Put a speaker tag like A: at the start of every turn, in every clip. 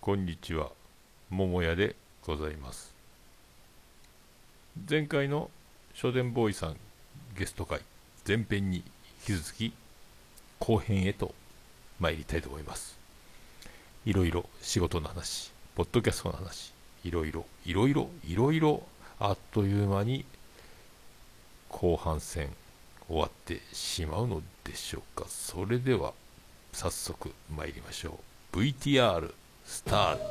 A: こんにちは桃屋でございます前回の書店ボーイさんゲスト会前編に引き続き後編へと参りたいと思いますいろいろ仕事の話ポッドキャストの話いろいろいろいろいろいろあっという間に後半戦終わってしまうのでしょうかそれでは早速参りましょう VTR スタート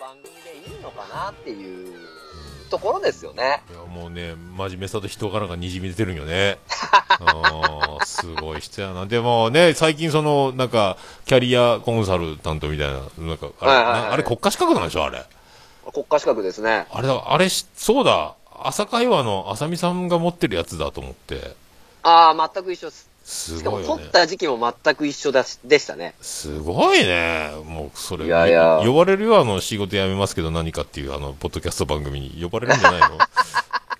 B: 番組でいいのかなっていうところですよね。
A: いやもうね真面目さと人柄がにじみ出てるんよ ねうんすごい人やなでもね最近そのなんかキャリアコンサルタントみたいななんかあれ,、
B: はいはいはい
A: なあれ国家資格なんでしょあれ
B: 国家資格ですね。
A: あれだあれしそうだ朝会話の浅見さんが持ってるやつだと思って
B: ああ、全く一緒です。
A: す
B: しか
A: ご
B: も
A: いよ
B: 取
A: ね
B: った時期も全く一緒だしでしたね。
A: すごいね。もう、それ、
B: いやいや
A: 呼ばれるよ、あの、仕事辞めますけど何かっていう、あの、ポッドキャスト番組に呼ばれるんじゃない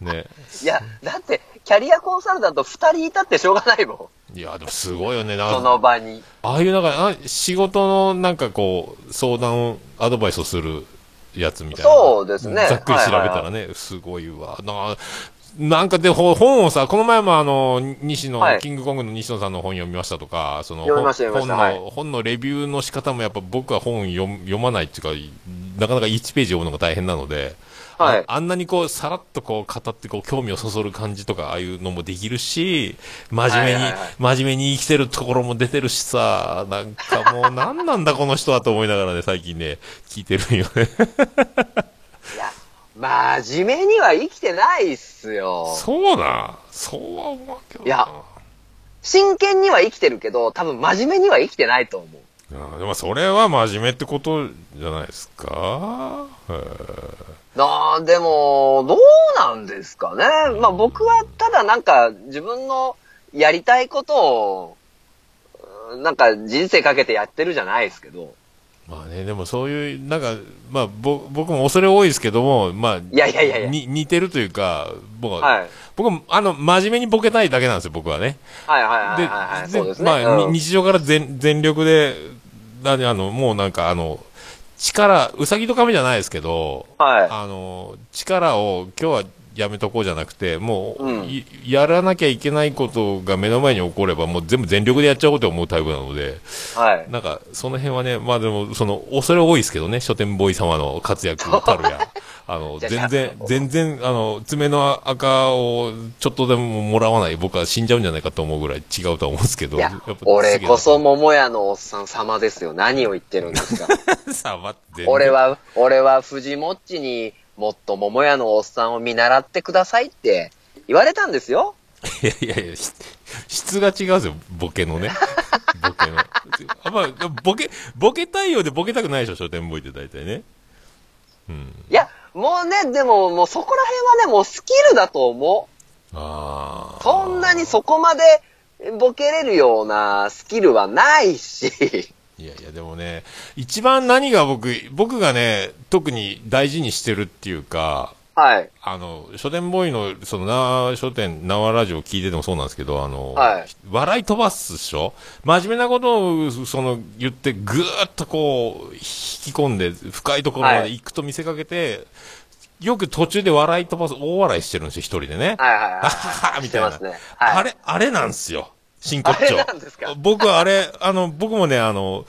A: のね。
B: いや、だって、キャリアコンサルタント2人いたってしょうがないも。
A: いや、でもすごいよね。なんんか
B: その場に。
A: ああいう、なんか、あ仕事の、なんかこう、相談を、アドバイスをするやつみたいな。
B: そうですね
A: ざっくり調べたらね、
B: はい
A: すごいわ。ななんかで、ほ本をさ、この前もあの、西野、
B: はい
A: キングコングの西野さんの本読みましたとか、その、
B: 読みました
A: ほん
B: 読みました
A: 本の、本のレビューの仕方もやっぱ僕は本読む読まないっていうか、なかなか1ページ読むのが大変なので、
B: はい
A: ああんなにこう、さらっとこう、語ってこう、興味をそそる感じとか、ああいうのもできるし、真面目に、
B: はいはいはい
A: 真面目に生きてるところも出てるしさ、なんかもう何なんだこの人はと思いながらね、最近ね、聞いてるんよね。
B: いや、真面目には生きてないっすよ。
A: そうな、そうは思わんけどな。
B: いや真剣には生きてるけど、多分真面目には生きてないと思う。
A: いやでもそれは真面目ってことじゃないですか。え
B: なあ、でも、どうなんですかね。まあ僕はただなんか自分のやりたいことを、うんなんか人生かけてやってるじゃないですけど。
A: まあね、でもそういう、なんか、まあ、ぼ僕も恐れ多いですけども、まあ、
B: いやいやいやいや
A: に似てるというか、僕は、
B: はい。
A: 僕もあの、真面目にボケたいだけなんですよ、僕はね。
B: はいはいはい
A: で
B: はい、はい。
A: で
B: そうですね。
A: まあ、
B: うん
A: に日常から全全力で、なにあの、もうなんかあの、力、うさぎと亀じゃないですけど、
B: は
A: あの、力を今日はやめとこうじゃなくて、もう、
B: うん
A: いやらなきゃいけないことが目の前に起これば、もう全部全力でやっちゃおうと思うタイプなので、
B: い。はい。
A: なんか、その辺はね、まあでも、その、恐れ多いですけどね、書店ボーイ様の活躍たる や。あの、
B: じゃじ
A: 全
B: ゃ
A: 然、全然、あの、爪の赤をちょっとでももらわない、僕は死んじゃうんじゃないかと思うぐらい違うとは思うんですけど。
B: いや
A: っぱ、
B: 俺こそ
A: す
B: 桃屋のおっさん様ですよ。何を言ってるんです か。
A: げえな。さあ、待って。
B: 俺。は、俺は藤もっちにもっと桃屋のおっさんを見習ってくださいって言われたんですよ。
A: いやいやいや、し質が違うんですよ、ボケ のね。ボケの。あまあ、ボケ、ボケたいようでボケたくないでしょ、書店ボーイって大体ね。うん。
B: いや、もうね、でも、もうそこら辺はね、もうスキルだと思
A: あ
B: う。
A: あ。
B: そんなにそこまでボケれるようなスキルはないし。
A: いやいや、でもね、一番何が僕、僕がね、特に大事にしてるっていうか、
B: はい。
A: あの、書店ボーイの、その、な書店、なわラジオ聞いててもそうなんですけど、あの、
B: はい
A: 笑い飛ばすでしょ真面目なことを、その、言って、ぐーっとこう、引き込んで、深いところまで行くと見せかけて、よく途中で笑い飛ばす、大笑いしてるんですよ、一人でね。
B: はいはい
A: あ は
B: は
A: はみたい
B: し
A: な。
B: てますねはい
A: あれ、あれなんですよ。真骨頂。
B: あれなんですか
A: 僕はあれ、あの、僕もね、あの、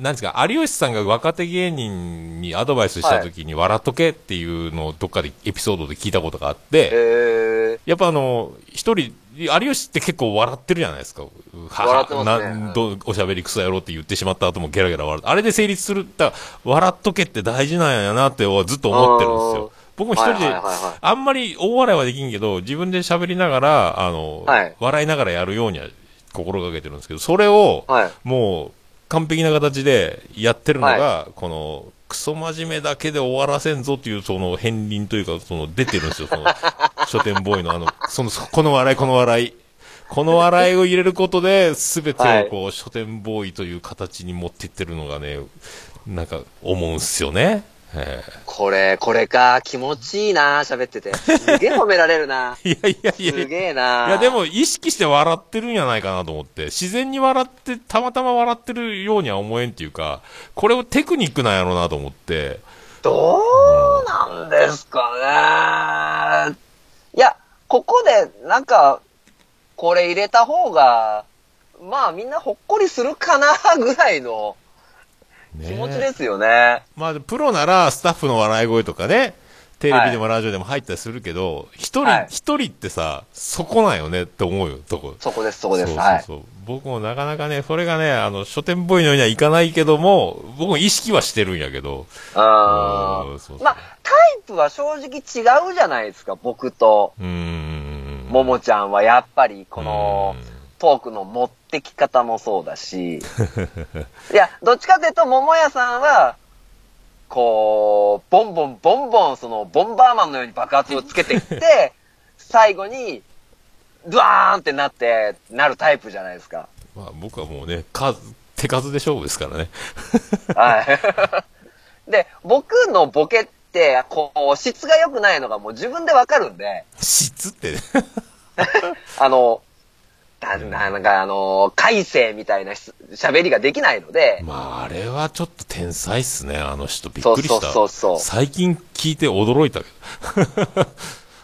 A: なんですか、有吉さんが若手芸人にアドバイスした時に、笑っとけっていうのをどっかでエピソードで聞いたことがあっ
B: い。
A: て、
B: えー。
A: やっぱあの、一人、有吉って結構笑ってるじゃないですか。はは
B: 笑ってますね
A: なんどおしゃべりクソ野郎って言ってしまった後もゲラゲラ笑って。あれで成立する、だから笑っとけって大事なんやなってずっと思ってるんですよ。僕も一人で
B: はいはいはいはい
A: あんまり大笑いはできんけど、自分で喋りながら、あの、
B: はい
A: 笑いながらやるようには心がけてるんですけど、それを、
B: はい
A: もう、完璧な形でやってるのが、
B: は
A: この、クソ真面目だけで終わらせんぞっていう、その、片鱗というか、その、出てるんですよ、その、書店ボーイのあの、その、そこの笑い、この笑い。この笑いを入れることで、すべてをこう、書店ボーイという形に持っていってるのがね、なんか、思うんすよね。え
B: これ、これか。気持ちいいな、喋ってて。すげえ褒められるな。
A: えいやいや いやいや
B: すげえな。
A: いやで、も意識して笑ってるんやないかなと思って、自然に笑って、たまたま笑ってるようには思えんっていうか、これをテクニックなんやろうなと思って、
B: どうなんですかね。いや、ここで、なんか、これ入れた方が、まあみんなほっこりするかな、ぐらいの
A: ね
B: 気持ちですよね。
A: まあ、プロならスタッフの笑い声とかね、テレビでもラジオでも入ったりするけど、一、
B: はい
A: 人、一人ってさ、そこなんよねって思うよ、とこ。
B: そこです、そこです。
A: そう
B: はい。
A: そうそう僕もなかなかね、それがね、あの、書店ボーイのようにはいかないけども、僕も意識はしてるんやけど、
B: あ
A: うんそうそう
B: まあ、タイプは正直違うじゃないですか、僕と。
A: うーん。
B: ももちゃんはやっぱり、この
A: うん、
B: トークの持ってき方もそう だし。いや、どっちかというと、ももやさんは、こう、ボンボンボンボン、その、ボンバーマンのように爆発をつけてきて、最後に、ドワーンってなって、なるタイプじゃないですか。
A: まあ、僕はもうね、数、手数で勝負ですからね。
B: はい。 で、僕のボケって、こう、質が良くないのがもう自分でわかるんで、
A: 質ってね。
B: あの、なななんかあの、改正みたいなし喋りができないので、
A: まあ、あれはちょっと天才っすね、あの人。びっ
B: そう
A: くりした。
B: そうそうそう
A: 最近聞いて驚いたけ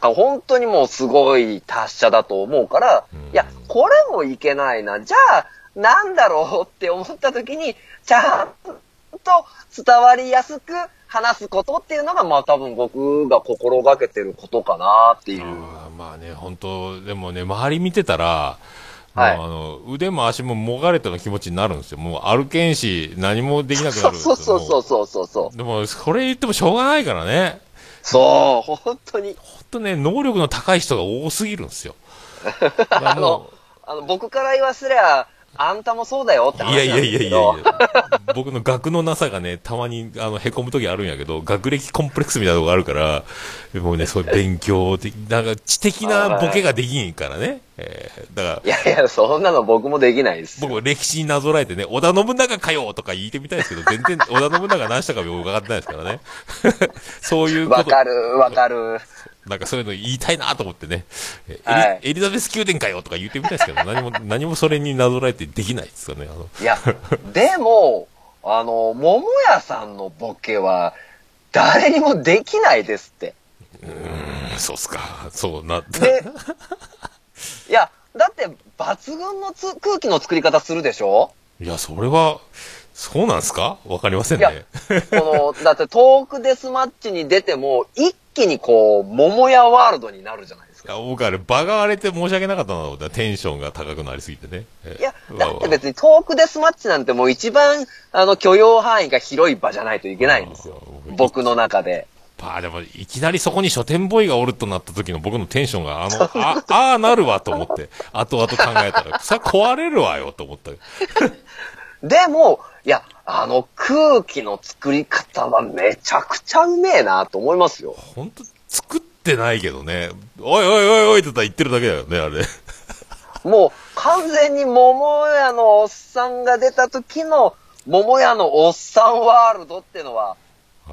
B: 本当にもうすごい達者だと思うから、
A: うん
B: いや、これもいけないな。じゃあ、なんだろうって思った時に、ちゃんと伝わりやすく話すことっていうのが、まあ多分僕が心がけてることかなってい
A: ど。
B: う。
A: あーまあね、本当でもね、周り見てたら、
B: はい
A: もうあの腕も足ももがれたような気持ちになるんですよ。もう歩けんし、何もできなくな
B: そ
A: る
B: う
A: んです
B: そ
A: よ。
B: うそうそう
A: も
B: そうそうそう
A: う。でも、これ言ってもしょうがないからね。
B: そう、本当に。
A: ほんとね、能力の高い人が多すぎるんですよ。だから
B: あ
A: も
B: の、あの、僕から言わせりゃ、あんたもそうだよって
A: ういや
B: 話
A: いや
B: なんで
A: い
B: す
A: や
B: けど。
A: いやいや。僕の学のなさがね、たまに、あの、凹む時あるんやけど、学歴コンプレックスみたいなとこがあるから、もうね、そういう勉強的、なんか知的なボケができんからね。えーだから、
B: いやいや、そんなの僕もできないです。
A: 僕も歴史になぞらえてね、織田信長かよとか言いてみたいですけど、全然 織田信長何したかも伺ってないですからね。 そういうこ
B: わ
A: と、
B: かる、わかる。
A: なんかそういうの言いたいなと思ってね、えエリ
B: はい
A: エリザベス宮殿かよとか言ってみたいですけど、何も、 何もそれになぞらえてできないですよね。あの
B: いや、でも、あの、桃屋さんのボケは、誰にもできないですって。
A: うん、そうっすか。そうな、
B: で、いや、だって、抜群のつ空気の作り方するでしょ
A: いや、それは、そうなんすかわかりません
B: いや
A: ね。
B: この、だって、トークデスマッチに出ても、一気にこう、桃屋ワールドになるじゃないです
A: い
B: か。
A: や、僕あれ、場が荒れて申し訳なかったなと思って、テンションが高くなりすぎてね。え
B: いや、
A: わ
B: だ
A: わ
B: って別にトークデスマッチなんてもう一番、あの、許容範囲が広い場じゃないといけないんですよ
A: あー。
B: 僕の中で。
A: まあでも、いきなりそこに書店ボーイがおるとなった時の僕のテンションが、あ の、あ、ああなるわと思って、後々考えたら、さ、壊れるわよと思った。
B: でも、いや、あの空気の作り方はめちゃくちゃうめえなと思いますよ。
A: ほんと、作ってないけどね。おいおいおいおいって言ったら言ってるだけだよね、 あれ。
B: もう完全に桃屋のおっさんが出た時の桃屋のおっさんワールドってのは、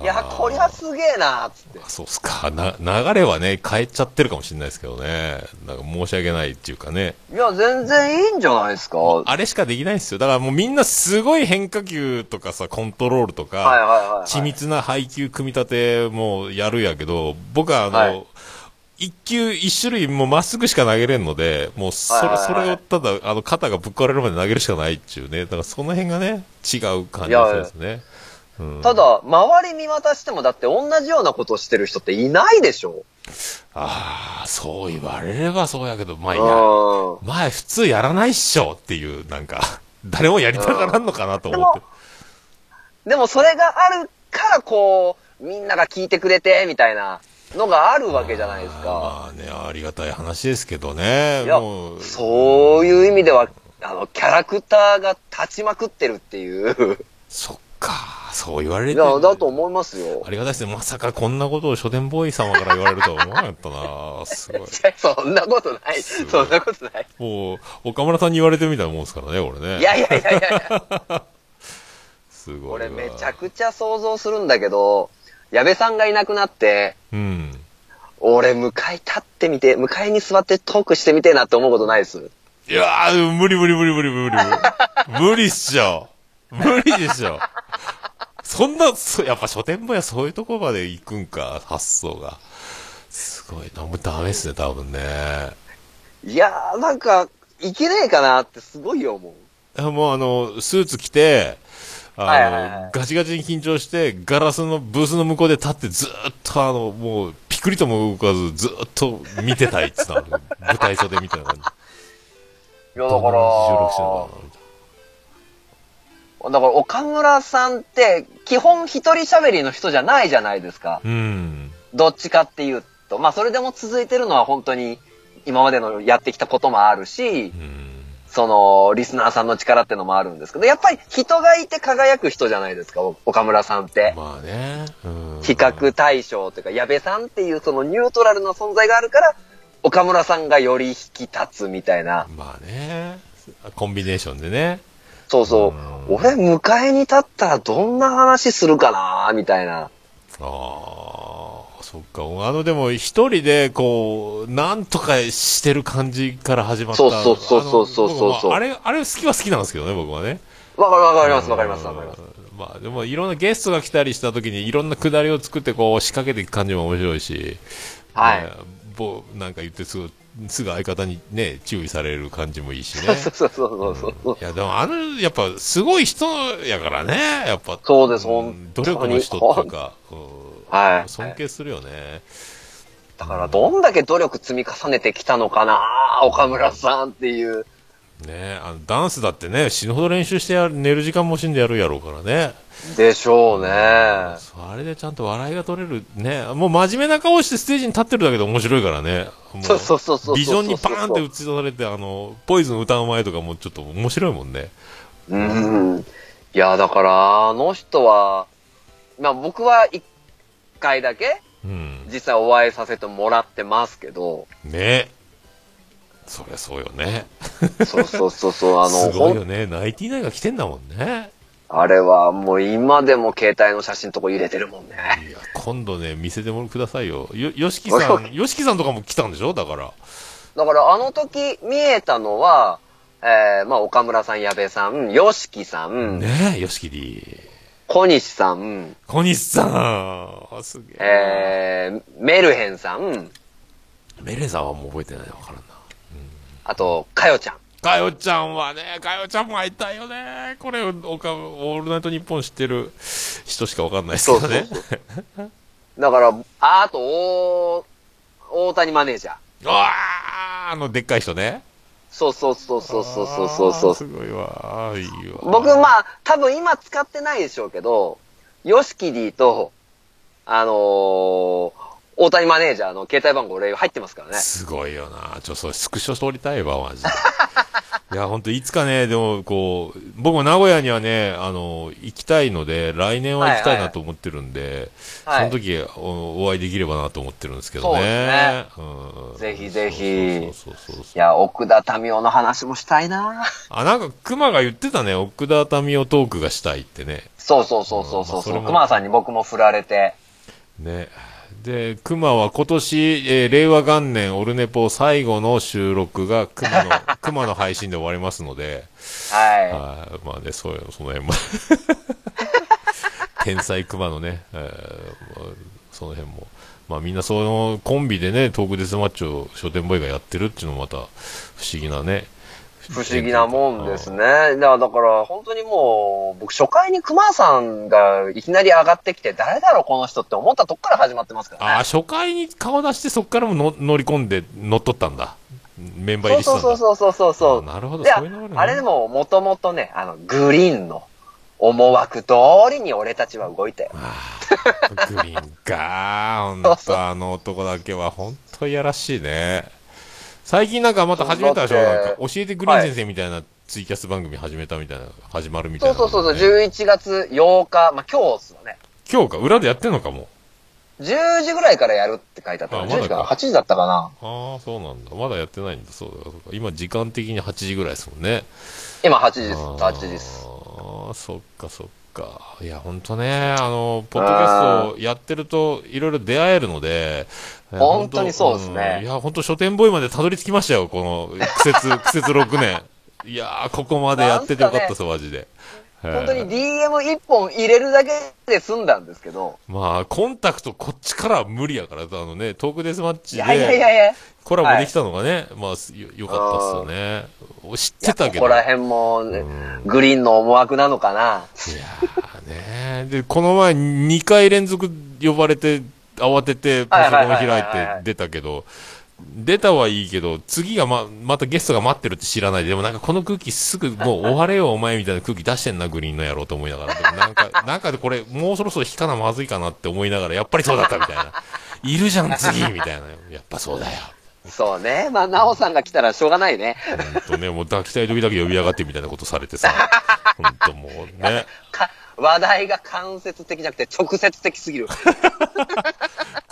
B: いや
A: あ、ー
B: こりゃすげえなつって。
A: あそうっすか。な、流れはね、変えちゃってるかもしれないですけどね。なんか申し訳ないっていうかね。
B: いや、全然いいんじゃないですか。はい
A: あれしかできないですよ。だからもうみんなすごい変化球とかさ、コントロールとか、
B: はいはい、はい。
A: 緻密な配球組み立てもやるやけど、僕はあ
B: は
A: の
B: い、
A: 一、球一種類もうまっすぐしか投げれんので、もうそれ,、
B: はいはいはい
A: それをただ、あの、肩がぶっ壊れるまで投げるしかないっちゅうね。だからその辺がね、違う感じがそうですね。うん、
B: ただ、周り見渡してもだって同じようなことしてる人っていないでしょ
A: ああ、そう言われればそうやけど、まあ
B: う
A: いや、
B: ん。
A: まあ普通やらないっしょっていう、なんか、 誰もやりたがらんのかなと思って。
B: でもそれがあるから、こう、みんなが聞いてくれて、みたいなのがあるわけじゃないですか。
A: まあね、ありがたい話ですけどね。
B: いや
A: もう、
B: そういう意味では、あの、キャラクターが立ちまくってるっていう。
A: そっか、そう言われ
B: い
A: る
B: や、だと思いますよ
A: あ。りがたいですね。まさかこんなことを書店ボーイ様から言われるとは思わなかったな。すごい。
B: いやそんなことない。
A: す
B: そ
A: ごい
B: んなことない。
A: もう、岡村さんに言われてるみたいなもんですからね、俺ね。
B: いやいやいやいや。
A: すごいわ。
B: 俺めちゃくちゃ想像するんだけど、矢部さんがいなくなって、
A: うん。
B: 俺、向かい立ってみて、向かいに座ってトークしてみてえなって思うことないです。
A: いやー、無理無理無理無理無理無理。無理っしょ。無理でしょ。そんな、そやっぱ書店もやそういうとこまで行くんか、発想が。すごいな、もうダメっすね、多分ね。
B: いやー、なんか、いけねえかなってすごい思う。
A: いやもうあの、スーツ着て、あの、
B: はいはいはい
A: ガチガチに緊張して、ガラスのブースの向こうで立ってずーっとあの、もう、ピクリとも動かず、ずーっと見てたいって言ってたの。舞台袖みたいな感じ。
B: いや、だ
A: どんな
B: か
A: 収録してんの
B: ら、
A: かなみたい
B: だから岡村さんって、基本一人喋りの人じゃないじゃないですか。
A: なうん。
B: どっちかっていうと。まあ、それでも続いてるのは本当に、今までのやってきたこともあるし
A: う、ん。
B: その、リスナーさんの力ってのもあるんですけど、やっぱり人がいて輝く人じゃないですか、お岡村さんって。
A: まあね。うん。
B: 比較対象というか、矢部さんっていうそのニュートラルな存在があるから、岡村さんがより引き立つみたいな。
A: まあね。コンビネーションでね。
B: そうそう
A: う。ん
B: 俺、迎えに立ったらどんな話するかなみたいな。
A: ああ、そっか。あの、でも、一人で、こう、なんとかしてる感じから始まった。
B: そうそうそうそうそうそう
A: あの僕もあれ、あれ好きは好きなんですけどね、僕はね。
B: わかるわかりますわかりますわかります。
A: うんまあ、でも、いろんなゲストが来たりした時に、いろんなくだりを作って、こう、仕掛けていく感じも面白いし。
B: はい
A: ね。ぼなんか言ってすぐ、すぐ相方にね、注意される感じもいいしね。
B: そうそうそうそうそう。
A: いや、でもあの、やっぱ、すごい人やからね、やっぱ。
B: そうです
A: ん
B: 本当
A: 努
B: に
A: 力の人っていうか、うん
B: はい
A: 尊敬するよね。
B: だからどんだけ努力積み重ねてきたのかな岡村さんっていう。
A: ねあの、ダンスだってね、死ぬほど練習してやる、寝る時間も死んでやるやろうからね。
B: でしょうね。
A: それでちゃんと笑いが取れる。ねもう真面目な顔してステージに立ってるだけで面白いからね。も
B: そうそうそうそうそうそうそう
A: ビジョンにバーンって打ち出されて、あの、ポイズン歌う前とかもちょっと面白いもんね。
B: うん。いや、だから、あの人は、まあ僕は一回だけ
A: うん。
B: 実際お会いさせてもらってますけど、
A: ねそりゃそうよね。
B: そうそうそ うそう、あの、
A: すごい
B: ほん
A: よね。ナイティナインが来てんだもんね。
B: あれはもう今でも携帯の写真とこ入れてるもんね。
A: いや、今度ね、見せてもらくださいよ。よ、よしきさ ん、よしきさんとかも来たんでしょだから。
B: だからあの時見えたのは、えー、まあ岡村さん、矢部さん、よしきさん、
A: ねえ、よしきり。
B: 小西さん、
A: 小西さんあすげえ。
B: えー、メルヘンさん、
A: メレザーはもう覚えてないな、わからんな。
B: あと、かよちゃん。
A: かよちゃんはね、かよちゃんも会いたいよね。これ、おか、オールナイトニッポン知ってる人しかわかんないですけどね。
B: そうだから、ああと、お大谷マネージャー。
A: うわーあの、でっかい人ね。
B: そうそうそうそうそうそうそう
A: あー
B: そう。
A: すごいわ。いいわ。
B: 僕、まあ、多分今使ってないでしょうけど、ヨシキディと、あのー大谷マネージャーの携帯番号俺入ってますからね。
A: すごいよな。ちょ、それスクショ撮りたいわ、マジ で。いや、ほんと、いつかね、でも、こう、僕も名古屋にはね、あの、行きたいので、来年は行きたいなと思ってるんで、
B: はい
A: その時お、お会いできればなと思ってるんですけど
B: そう
A: ね
B: で。
A: うん
B: ぜひぜひ
A: そうそうそうそうそ
B: い
A: う
B: や、奥田民生の話もしたいな
A: あ、なんか、熊が言ってたね、奥田民生トークがしたいってね。
B: そうそうそうそうそ
A: うんま
B: う
A: あそれ
B: そう。
A: も
B: 熊田さんに僕も振られて。
A: ね。で、熊は今年、えー令和元年オルネポ最後の収録が熊の、 熊の配信で終わりますので、
B: は
A: はい、まあね、そういう、その辺も。 天才熊のね、えーまあその辺も。まあみんなそのコンビでね、トークデスマッチを書店ボーイがやってるっていうのもまた不思議なね。
B: い。不思議なもんですね。だから、だから本当にもう、僕初回に熊田さんがいきなり上がってきて、誰だろうこの人って思ったとこから始まってますか
A: あ
B: ら
A: あ、
B: ね。
A: 初回に顔出してそこからもの乗り込んで乗っ取ったんだ。メンバー入
B: そう
A: りしてたんだ。
B: そうそうそうそうそ
A: あ
B: う。
A: なるほど、
B: いや
A: そういう流れ、ね
B: あれでも、もともとね、あの、グリーンの思惑通りに俺たちは動いたよ。
A: あーグリーンかー、ほん
B: そうそう
A: と、あの男だけは、ほんといやらしいね。最近なんかまた始めたでしょ
B: そうだっ
A: な
B: て
A: んか、教えてグリーン先生みたいなツイキャス番組始めたみたいな、始まるみたい
B: そう
A: な、
B: そうそうそう、
A: ね
B: 11月8日、まあ、今日っすよね。
A: 今日か、裏でやってんのかも。
B: 10時ぐらいからやるって書いてあった
A: あ
B: な。
A: まだ
B: 10時かな
A: か
B: ?8 時だったかな
A: ああ、そうなんだ。まだやってないんだ。そうだ、そうか。今、時間的に8時ぐらいですもんね。
B: 今8時です。
A: あ
B: 8時です。
A: あー、そっかそっか。いや、ほんとね、あの、ポッドキャストをやってると、いろいろ出会えるので、いや
B: 本当にそうですね
A: んいや、本当書店ボーイまでたどり着きましたよ、この、苦節、 苦節6年。いやー、ここまでやっててよかったです、マジで。
B: 本当に
A: はい
B: DM 一本入れるだけで済んだんですけど。
A: まあ、コンタクトこっちからは無理やから、あのね、トークデスマッチ
B: いやいやい
A: で
B: やいや。
A: コラボできたのがね、まあ、すよよかったっすよね。知ってたけ
B: ここ
A: ど。
B: ら辺も、ね
A: うん
B: グリーンの思惑なのかな。
A: いやーねーで、この前2回連続呼ばれて、慌ててパソコンを
B: は
A: 開
B: いはいはいはい
A: い
B: は
A: て
B: い
A: 出たけど、出たはいいけど、次がま、またゲストが待ってるって知らないで、でもなんかこの空気すぐもう終われよお前みたいな空気出してんなグリーンのやろうと思いながら、でもなんか、 なんかでこれもうそろそろ引かなまずいかなって思いながら、やっぱりそうだったみたいな。いるじゃん次みたいな。やっぱそうだよ。
B: そうね。まあ、なおさんが来たらしょうがないね。
A: ほんとね、もう抱きたい時だけ呼び上がってみたいなことされてさ。ほんともうね。
B: か話題が間接的じゃなくて直接的す ぎる。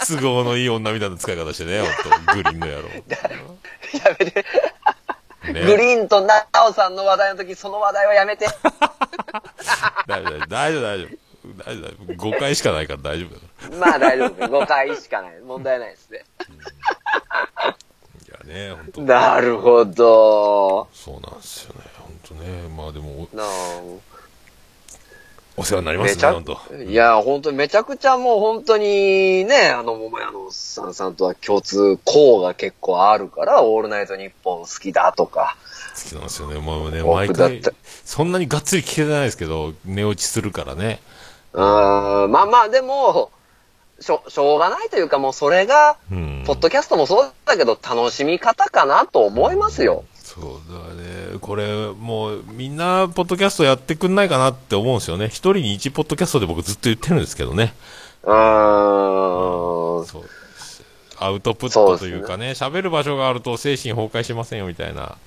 A: 都合のいい女みたいな使い方してね、ほんと。グリーンの野 郎。
B: やめて。グ
A: ね。
B: リーンとなおさんの話題の時、その話題はやめ て。
A: 大丈夫、大丈夫、大丈夫。大丈夫、誤解しかないから大丈夫だか
B: まあ大丈夫。誤解しかない。問題ないですね。
A: ら。いやね、ほんと。
B: なるほど。
A: そうなんですよね。ほんとね。まあでも
B: なあ
A: お、お世話になりま
B: め
A: す
B: ち
A: ね、
B: ゃ
A: ほんと。
B: いや、本当にめちゃくちゃもう本当にね、あの、桃屋のおっさんさんとは共通項が結構あるから、オールナイトニッポン好きだとか。
A: 好きなんですよね。もうね、
B: 僕
A: 毎
B: だっ
A: 回
B: て、
A: そんなにがっつり聞けてないですけど、寝落ちするからね。
B: うーん、まあまあでも、しょ、しょうがないというかもうそれが、
A: うん。
B: ポッドキャストもそうだけど、楽しみ方かなと思いますよ。
A: そうだね。これ、もう、みんな、ポッドキャストやってくんないかなって思うんですよね。一人に一ポッドキャストで僕ずっと言ってるんですけどね。
B: うーん。
A: そうアウトプットというかね、喋、る場所があると精神崩壊しませんよみたいな。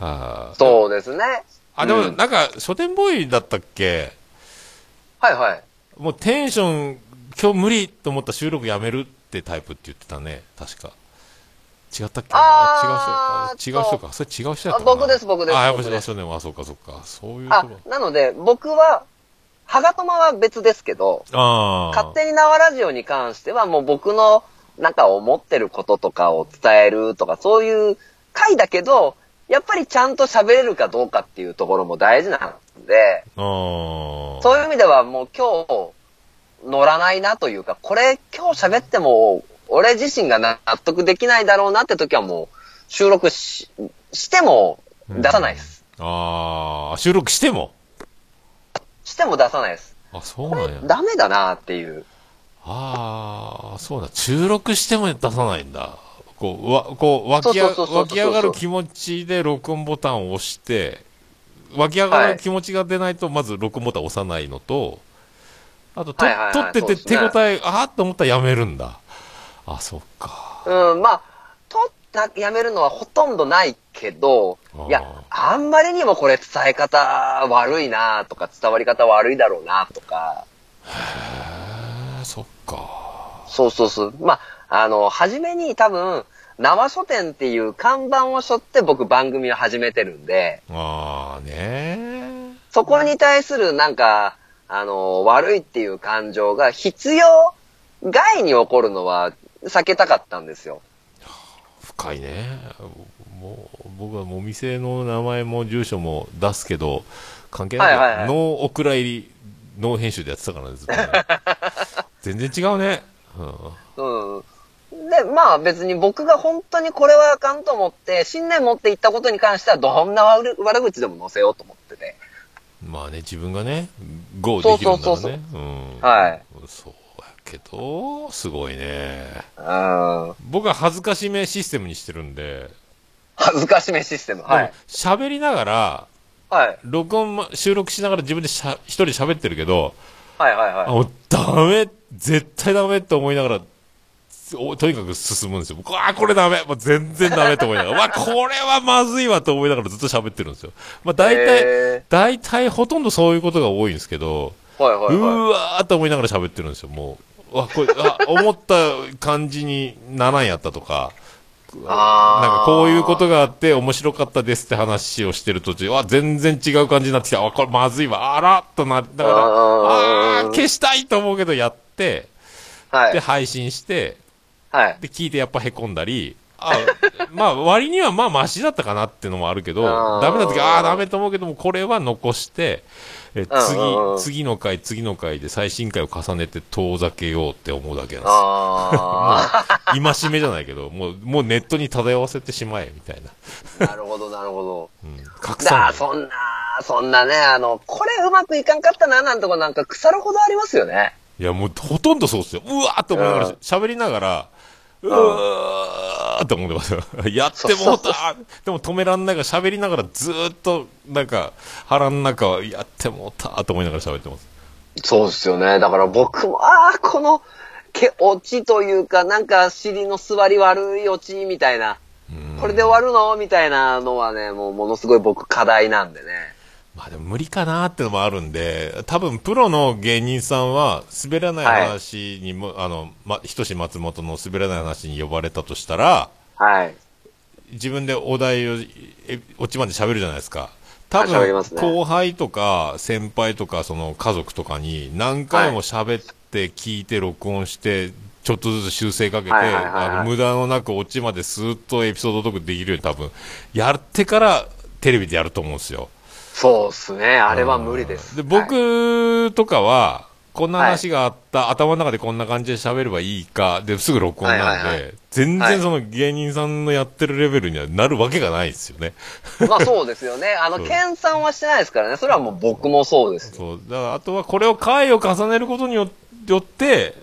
A: あー
B: そうですね。
A: あ、で
B: う
A: も
B: ん
A: なんか、書店ボーイだったっけ
B: はいはい。
A: もうテンション、今日無理と思ったら収録やめるってタイプって言ってたね、確か。違ったっけ
B: あー
A: 違う人あ違う人か。それ違う人やったかな
B: あ僕です僕です
A: あ、やっぱ
B: 僕
A: 違う
B: です
A: 人ね。あ、そうかそうか。そういうと
B: あ
A: こ。、
B: なので、僕は、はがとまは別ですけど、
A: ああ。
B: 勝手に縄ラジオに関してはもう僕のなんか思ってることとかを伝えるとかそういう回だけど、やっぱりちゃんと喋れるかどうかっていうところも大事なんで、
A: ああ。
B: そういう意味ではもう今日乗らないなというか、これ今日喋っても俺自身が納得できないだろうなって時はもう収録ししても出さないです。
A: ああ。収録しても
B: しても出さないです。
A: あ、そう
B: こ
A: なん
B: れ
A: や。
B: ダメだなっていう。
A: ああ、そうだ。収録しても出さないんだ。こう、わ、こう、湧きあ
B: そうそうそうそうそう
A: 湧き上がる気持ちで録音ボタンを押して、湧き上がる気持ちが出ないと、まず録音ボタンを押さないのと、あと、と、
B: はいはいはい
A: 撮って
B: そうで
A: て
B: す
A: 手
B: ね
A: 応え、ああと思ったらやめるんだ。あ、そっか。
B: うん、まあ、となやめるのはほとんどないけど
A: あー、
B: いや、あんまりにもこれ伝え方悪いなとか、伝わり方悪いだろうなとか、
A: あーそっか。
B: そうそうそう。まあ、あの、初めに多分、縄書店っていう看板を背負って僕番組を始めてるんで、
A: ああ、ねー
B: そこに対するなんか、あの、悪いっていう感情が必要外に起こるのは避けたかったんですよ。
A: 深いねもう僕はもうお店の名前も住所も出すけど関係ないよ、
B: はいはいはい
A: ノーお蔵入りノー編集でやってたからねずっと ね全然違うね、うん、
B: うん。で、まあ別に僕が本当にこれはあかんと思って、信念持って行ったことに関してはどんな悪悪口でも載せようと思ってて。
A: まあね自分がねゴーできるんだ
B: そう
A: ろ
B: そ
A: う
B: うそう
A: ねうん
B: はい。
A: そうやけどすごいね
B: うん。
A: 僕は恥ずかしめシステムにしてるんで
B: 恥ずかしめシステム。はい。
A: 喋りながら
B: はい。
A: 録音も収録しながら自分でしゃ一人喋ってるけど
B: はいはいはい。
A: あ、もうダメ絶対ダメって思いながら、おとにかく進むんですよ。僕わあ、これダメもう全然ダメと思いながら、わあ、これはまずいわと思いながらずっと喋ってるんですよ。まあ大体、
B: へ
A: 大体ほとんどそういうことが多いんですけど、
B: はいはいうは
A: ーわーと思いながら喋ってるんですよ、もう。わ、これ、あ、思った感じにならんやったとか、
B: あ
A: な
B: ー
A: んかこういうことがあって面白かったですって話をしてる途中、あ、全然違う感じになってきた。あ、これまずいわ。あらっとな、だから、あ
B: あー
A: ー消したいと思うけどやって、
B: は
A: で、
B: い。
A: 配信して、
B: はい。
A: で、聞いてやっぱ凹んだり、あ まあ、割にはまあ、マシだったかなっていうのもあるけど、
B: あー
A: ダメだった時、ああ、ダメと思うけども、これは残して、え
B: うんうんうん
A: 次、次の回、次の回で最新回を重ねて遠ざけようって思うだけなんですよ。
B: あ
A: 今しめじゃないけど、もう、もうネットに漂わせてしまえ、みたいな。
B: あ。なるほど、なるほど。
A: うん、拡
B: だ
A: 散
B: あ、そんな、そんなね、あの、これうまくいかんかったな、なんとこなんか腐るほどありますよね。
A: いや、もうほとんどそうっすよ。うわーって思いなが
B: う
A: ら
B: ん、
A: 喋りながら、うわーって思ってますよ。やってもうたでも止めらんないから、喋りながらずーっと、なんか、腹ん中は、やってもうたと思いながら喋ってます。
B: そうですよね。だから僕も、ああ、この、け、落ちというか、なんか尻の座り悪い落ちみたいな、
A: うん
B: これで終わるのみたいなのはね、もうものすごい僕課題なんでね。
A: まあでも無理かなーってのもあるんで、多分プロの芸人さんは、滑らない話にも、あの、ま、ひとし松本の滑らない話に呼ばれたとしたら、
B: はい。
A: 自分でお題をえオチまで喋るじゃないですか多
B: あ喋り
A: 分、
B: ますね
A: 後輩とか先輩とかその家族とかに何回も喋って聞いて録音してちょっとずつ修正かけて
B: はいはいはいはい
A: あの無駄のなくオチまでスーッとエピソードトークできるように多分やってからテレビでやると思うんですよ
B: そうですね。あれは無理です。
A: で
B: はい
A: 僕とかはこんな話があった、頭の中でこんな感じで喋ればいいかですぐ録音なんで、
B: はいはいは
A: 全
B: はい
A: 然その芸人さんのやってるレベルにはなるわけがないですよね、
B: まあそうですよね。あの、
A: そう
B: 研鑽はしてないですからね。それはもう僕もそうですよ。
A: そう。だから、あとはこれを回を重ねることによよって、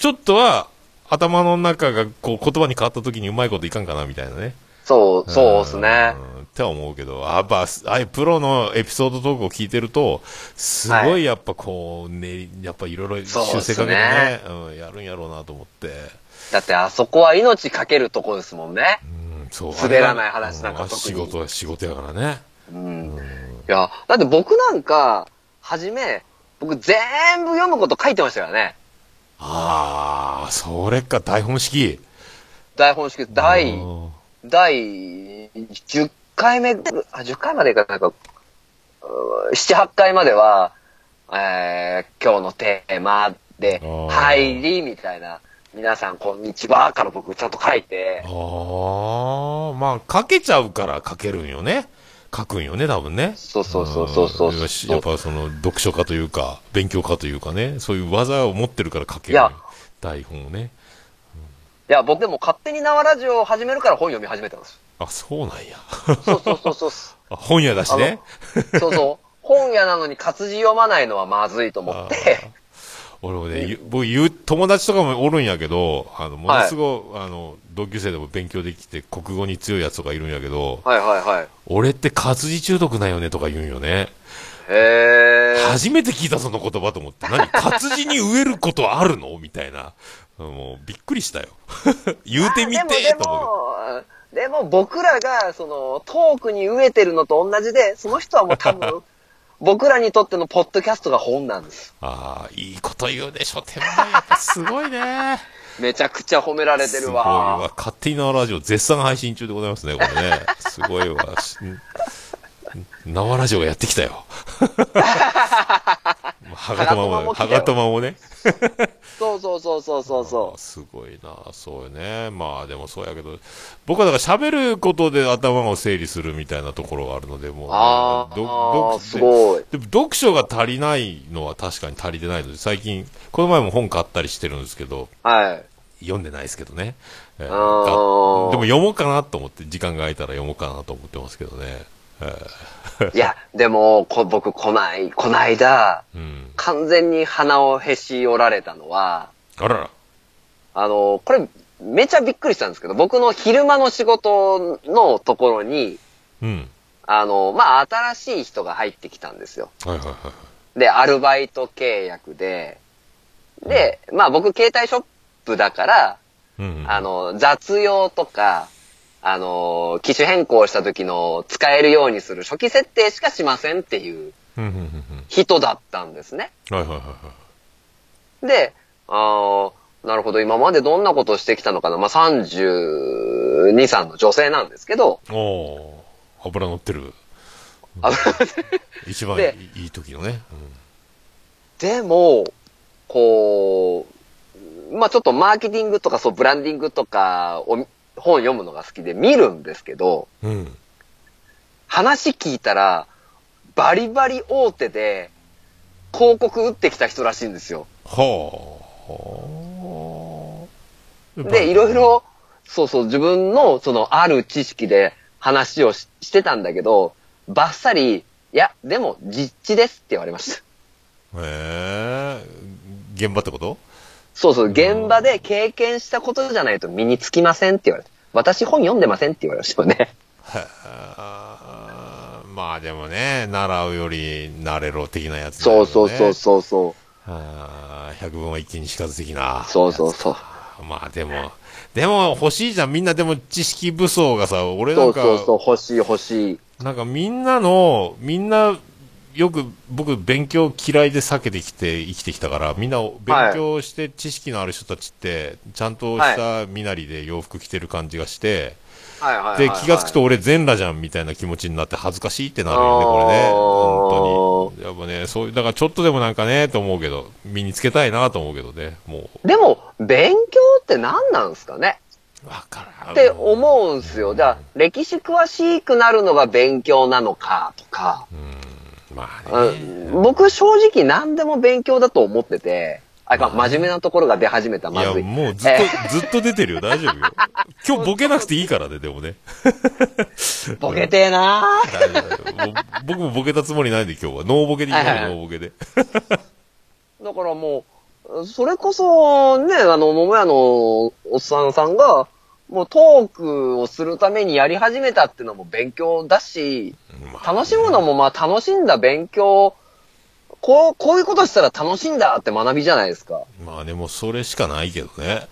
A: ちょっとは、頭の中がこう言葉に変わった時にうまいこといかんかなみたいなね。
B: そう、そうですね。
A: うん。って思うけど、やっぱ、ああいうプロのエピソードトークを聞いてると、すご
B: はい
A: やっぱこう、ね、やっぱいろいろ
B: そうっすね
A: 修正かけてねうん、やるんやろうなと思って。
B: だってあそこは命かけるとこですもんね。
A: うん、そう。
B: 滑らない話なんか
A: うあ
B: 特
A: 仕
B: に
A: 事は仕事やからね。
B: うん。いや、だって僕なんか、はじめ、僕全部読むこと書いてましたからね。
A: ああ、それか、台本式。
B: 台本式、第
A: う、ん
B: 第10回目、あ、10回までいかないか、うー7、8回までは、えー、今日のテーマで
A: あー
B: 入り、みたいな、皆さんこんにちはから僕ちゃんと書いて、
A: ああ、まあ、書けちゃうから書けるんよね。書くんよね、多分ね。
B: そうそうそうそうそう
A: うんやっぱその、読書家というか、勉強家というかね、そういう技を持ってるから書け
B: い
A: る
B: や
A: 台本をね。
B: いや、僕でも勝手に縄ラジオを始めるから本読み始めたんです
A: あ、 そうなんや。
B: よ。そうそうそうそう。
A: あ本屋だしね。
B: そうそう。本屋なのに活字読まないのはまずいと思
A: あ
B: って。
A: ー俺もね、ゆ僕ゆ、友達とかもおるんやけど、あの、ものすごい、あの、同級生でも勉強できて、国語に強いやつとかいるんやけど、
B: はいはいはい。
A: 俺って活字中毒なんよねとか言うんよね。
B: へー。
A: 初めて聞いたその言葉と思って、何活字に植えることあるのみたいな。もう、びっくりしたよ。 言うてみて
B: あで
A: ー
B: も、
A: と思う
B: でも、でも僕らが、その、トークに飢えてるのと同じで、その人はもう 多分、僕らにとってのポッドキャストが本なんです。
A: ああ、いいこと言うでしょ、天満やっぱすごい ね。
B: めちゃくちゃ褒められて
A: す
B: る
A: ごい
B: わ。
A: わ。勝手に縄ラジオ絶賛配信中でございますね、これね。すごいわ。し縄ラジオがやってきた よ。はがとまも、は
B: はが
A: が
B: と
A: とまもね。
B: そうそうそうそうそうそ
A: あーすごいな、そうよね。まあでもそうやけど、僕はだから喋ることで頭を整理するみたいなところがあるので、もう、
B: う。あ
A: ど
B: あ、
A: 読
B: すごい。
A: でも読書が足りないのは確かに足りてないので、最近、この前も本買ったりしてるんですけど、
B: はい。
A: 読んでないですけどね。えー
B: あー
A: がでも読もうかなと思って、時間が空いたら読もうかなと思ってますけどね。え
B: いや、でも、こ僕、こない、こないだ、
A: ーうん。
B: 完全に鼻をへし折られたのは、
A: あらら。
B: あの、これ、めちゃびっくりしたんですけど、僕の昼間の仕事のところに、
A: うん。
B: あの、まあ、新しい人が入ってきたんですよ。
A: はいはいはいはい。
B: で、アルバイト契約で、で、まあ、僕、携帯ショップだから、
A: うん、うん。
B: あ、の、雑用とか、あの、機種変更した時の使えるようにする初期設定しかしませんっていう
A: うんうんうん
B: 人だったんですね。
A: うん。はいはいはいはい。
B: で、あーなるほど。今までどんなことをしてきたのかな。まあ、32、3の女性なんですけど、
A: おおー油乗ってる
B: あ
A: 一番
B: で
A: いいい時のね、
B: でも、こう、まあ、ちょっとマーケティングとか、そう、ブランディングとかを、本読むのが好きで見るんですけど、
A: うん、うん、
B: 話聞いたら、バリバリ大手で、広告打ってきた人らしいんですよ。
A: はあ
B: で、いろいろ、そうそう、自分の、その、ある知識で話をししてたんだけど、ばっさり、いや、でも、実地ですって言われました。
A: ええ現場ってこと
B: そうそう、現場で経験したことじゃないと身につきませんって言われて、私本読んでませんって言われました よね。
A: へえまあでもね習うより慣れろ的なやつだ
B: そ
A: よね、
B: うそうそうそうそう。
A: はあ百聞は一見にしかず的な
B: そうそうそう。
A: まあでもでも欲しいじゃんみんなでも知識武装がさ俺な
B: そ
A: ん
B: う
A: か
B: そうそう、欲しい欲しい。
A: なんかみんなの、みんな、よく僕勉強嫌いで避けてきて生きてきたから、みんな勉強して知識のある人たちって、ちゃんとした身なりで洋服着てる感じがして、
B: はいはいはい、
A: で、気がつくと、俺全裸じゃんみたいな気持ちになって恥ずかしいってなるよね、これね。
B: あー
A: 本当に。やっぱね、そういう、だからちょっとでもなんかね、と思うけど、身につけたいなと思うけどね、も
B: でも、勉強って何なんすかね
A: う。わからん。
B: って思うんすよ。じゃあ、歴史詳しくなるのが勉強なのかとか、
A: うん。まあ
B: う
A: ね。
B: ん、僕正直何でも勉強だと思ってて、あ、いかん真面目なところが出始めた、
A: い
B: ま
A: や、
B: ずい。
A: もうずっ
B: え
A: と、ずっと出てるよ、大丈夫よ。今日ボケなくていいからね、でもね。
B: ーボケてえな
A: 大
B: ー
A: 丈夫大丈夫もう僕もボケたつもりないんで今日は。ノーボケでいこう、
B: はいはいはい
A: ノーボケで。
B: だからもう、それこそ、ね、あの、桃屋のおっさんさんが、もうトークをするためにやり始めたっていうのも勉強だし、
A: まあ
B: 楽しむのもまあ楽しんだ勉強、こう、こういうことしたら楽しいんだって学びじゃないですか。
A: まあね、もうそれしかないけどね。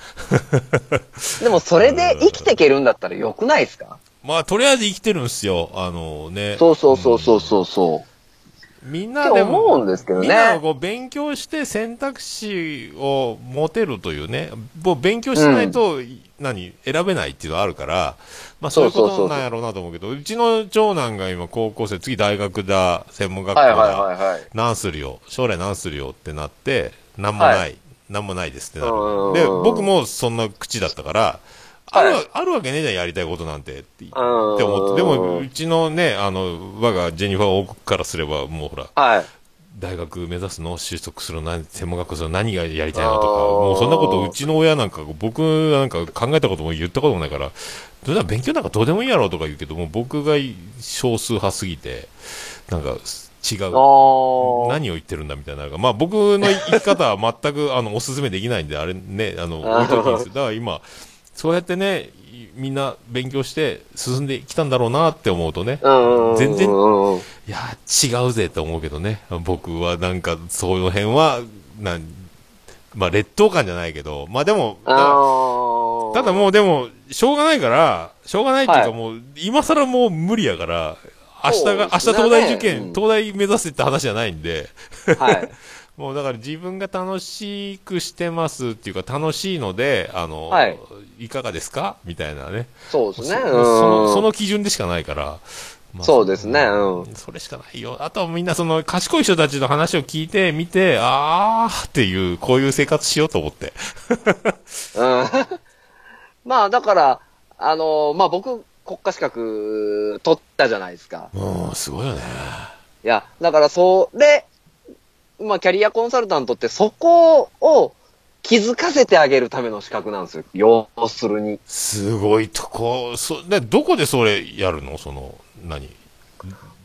B: でもそれで生きていけるんだったら良くないですか
A: まあとりあえず生きてるんですよ。あのね。
B: そうそうそうそうそうそう。
A: みんなで
B: って
A: も、
B: 思うんですけどね
A: みんながこう勉強して選択肢を持てるというね、もう勉強しないと、何、選べないっていうのはあるから、まあそういうこ
B: そうそうそ
A: と
B: う
A: なんやろうなと思うけど、うちの長男が今高校生、次大学だ、専門学校
B: はい
A: だ、
B: はいはいはい。
A: 何するよ将来何するよってなって何もない、
B: はい
A: 何もないですってな
B: うんうんう
A: る
B: ん
A: で僕もそんな口だったからあ
B: はい
A: る,、あるわけねえじゃんやりたいことなんてってって
B: うん
A: 思ってでもうちのねあの我がジェニファー王国からすればもうほら
B: はい。
A: 大学目指すの就職するの何専門学校するの何がやりたいのとか
B: あー
A: もうそんなことうちの親なんか僕なんか考えたことも言ったこともないからどうだ勉強なんかどうでもいいやろとか言うけどもう僕が少数派すぎてなんか違う
B: あー。
A: 何を言ってるんだみたいなのが、まあ僕の生き方は全 くあのお勧めできないんで、あれね、あの、
B: あー
A: 置いときですよ。だから今、そうやってね、いみんな勉強して進んできたんだろうなって思うとね、
B: うんうんうんうん。
A: 全然
B: うんうん
A: いや、違うぜと思うけどね、僕はなんか、そういう辺は、なん、まあ劣等感じゃないけど、まあでも、だ
B: あー
A: ただもうでも、しょうがないから、しょうがないっていうか
B: はい
A: もう、今更もう無理やから、明日が、明日
B: そうですね
A: 東大受験、
B: うん
A: 東大目指せって話じゃないんで、
B: はい。
A: もうだから自分が楽しくしてますっていうか楽しいので、あの、
B: はい
A: い、かがですかみたいなね。
B: そうです
A: そ
B: ね。うん
A: そのその基準でしかないから。まあ
B: そうですねうん
A: それしかないよ。あとはみんなその賢い人たちの話を聞いて、見て、あーっていう、こういう生活しようと思って。
B: うん まあ、だから、あのまあ僕、国家資格取ったじゃないですか。
A: うん、すごいよね。
B: いや、だからそれ、まあキャリアコンサルタントってそこを気づかせてあげるための資格なんですよ。要するに。
A: すごいとこ、そ、で、どこでそれやるのその、何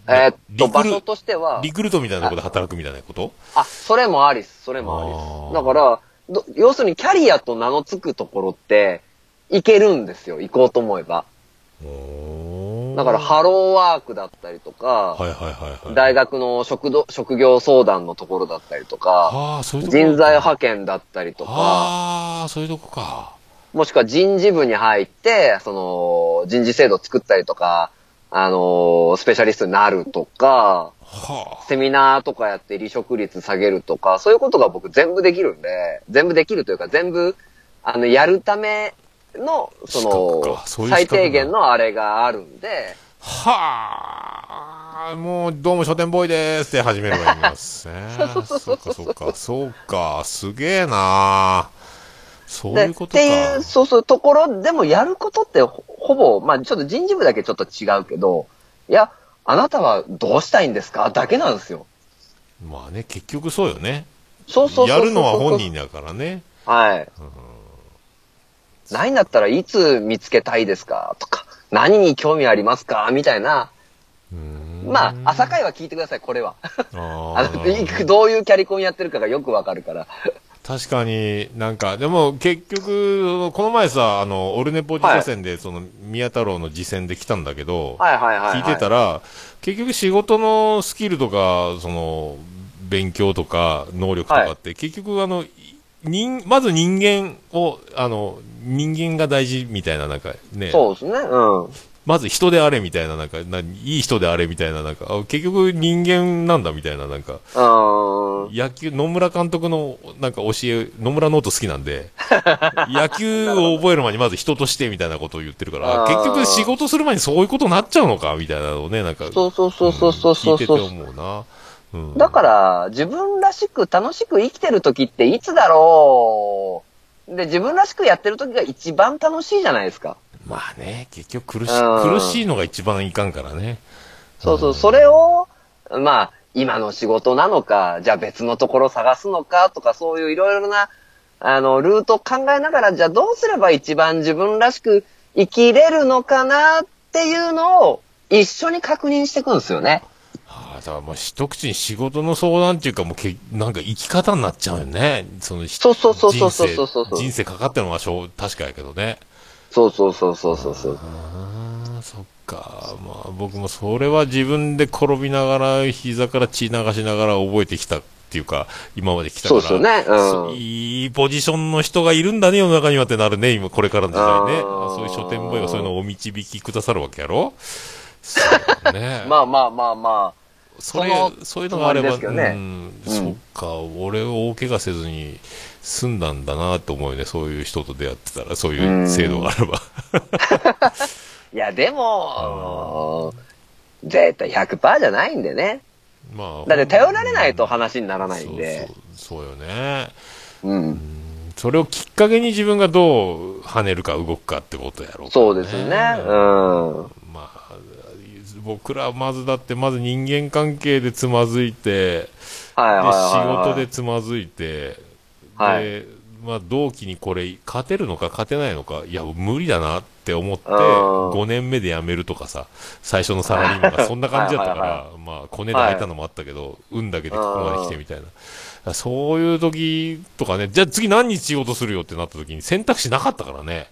B: えーっと、
A: リク
B: 場
A: ル
B: 所としては、
A: リクルートみたいなとこで働くみたいなこと
B: あ、それもありっす。それもありっす。だから、ど要するにキャリアと名の付くところって、行けるんですよ。行こうと思えば。だ
A: だ
B: か
A: は、
B: ら、ハローワークだったりとか、
A: はいはいはいはい。
B: 大学の職ど職業相談のところだったりとか、
A: ああ、そういうとこ
B: 人材派遣だったりとか、
A: ああ、そういうとこか。
B: もしくは人事部に入って、その、人事制度作ったりとか、あのースペシャリストになるとか、
A: は
B: セミナーとかやって離職率下げるとか、そういうことが僕全部できるんで、全部できるというか全部あの、やるための、そ
A: 資格
B: の
A: か、そういう資格なん
B: 最
A: だ
B: 低限のあれがあるんで、
A: はあ、もう、どうも書店ボーイですって始めればいいんですね。 そうか、そうか、そうか、すげえなそういうことか。
B: でっていう、そうそう、ところでもやることってほほぼ、まあちょっと人事部だけちょっと違うけど、いや、あなたはどうしたいんですかだけなんですよ。
A: まあね、結局そうよね。
B: そうそうそうそう
A: やるのは本。人だからね。
B: はい。ないんだったらいつ見つけたいですかとか、何に興味ありますかみたいな。
A: うーん
B: まあ、朝会は聞いてください、これは。あ
A: あ
B: の
A: ー
B: いく どういうキャリコンやってるかがよくわかるから。
A: 確かになんか、でも結局、この前さ、あの、オルネポ自社線で、その、宮太郎の次戦で来たんだけど、
B: はいはいはい、はい。
A: 聞いてたら、結局仕事のスキルとか、その、勉強とか、能力とかって、結局あの、人、まず人間を、あの、人間が大事みたいな、なんかね、
B: そうですね。うん。
A: まず人であれみたいな、なんか、ないい人であれみたいな、なんか、あ結局人間なんだみたいな、なんか、
B: うーん。
A: 野球、野村監督の、なんか教え、野村ノート好きなん で、野球を覚える前にまず人としてみたいなことを言ってるから、
B: あー
A: 結局仕事する前にそういうことになっちゃうのかみたいなのをね、なんか、
B: そうそうそうそうそうそ
A: ん
B: う
A: 聞いてて
B: そう。
A: 思うな。うん、
B: だから、自分らしく楽しく生きてる時っていつだろうで、自分らしくやってる時が一番楽しいじゃないですか。
A: まあね、結局苦し、
B: うん
A: 苦しいのが一番いかんからね。
B: そうそう、
A: ん
B: それを、まあ、今の仕事なのか、じゃあ別のところ探すのかとか、そういういろいろな、あの、ルートを考えながら、じゃあどうすれば一番自分らしく生きれるのかなっていうのを、一緒に確認していくんですよね。
A: ああ、だからもう一口に仕事の相談っていうか、もうけ、なんか生き方になっちゃうよね。その
B: そうそうそうそうそうそうそう
A: 人生人生かかってるのはしょう確かやけどね。
B: そうそうそうそうそうそう。
A: ああ、そっか。まあ僕もそれは自分で転びながら、膝から血流しながら覚えてきたっていうか、今まで来たか
B: そう
A: ら。
B: ですよね。
A: そう
B: うん。
A: いいポジションの人がいるんだね、世の中にはってなるね、今、これからの時代ね。
B: あー
A: そういう書店ボーイがそういうのをお導きくださるわけや
B: 。
A: ろそうだね
B: まあまあまあま
A: それ
B: その
A: そういうのがあれば、
B: つもりですけどね
A: うん、
B: うん
A: そっか、俺を大怪我せずに済んだんだなと思うよね、そういう人と出会ってたら、そういう制度があれば。
B: あ。いや、でも、絶対100%じゃないんでね。
A: まあ、
B: だって頼られないと話にならないん
A: そ。
B: で
A: うそうそうよね。
B: うん。
A: それをきっかけに自分がどう跳ねるか動くかってことやろうから
B: そうですね。うん。
A: まあ、僕らはまずだって、まず人間関係でつまずいて、
B: はいはい
A: で、仕
B: はい、はい。
A: 事でつまずいて、
B: はい
A: で、まあ、同期にこれ、勝てるのか勝てないのか、いや、無理だなって思って、
B: あー
A: 5年目で辞めるとかさ、最初のサラリー マンがそんな感じだったか
B: はいはい
A: ら、まあ、コネで入ったのもあったけど、運だけでここまで来てみたいな。だからそういう時とかね、じゃあ次何日仕事するよってなった時に選択肢なかったからね。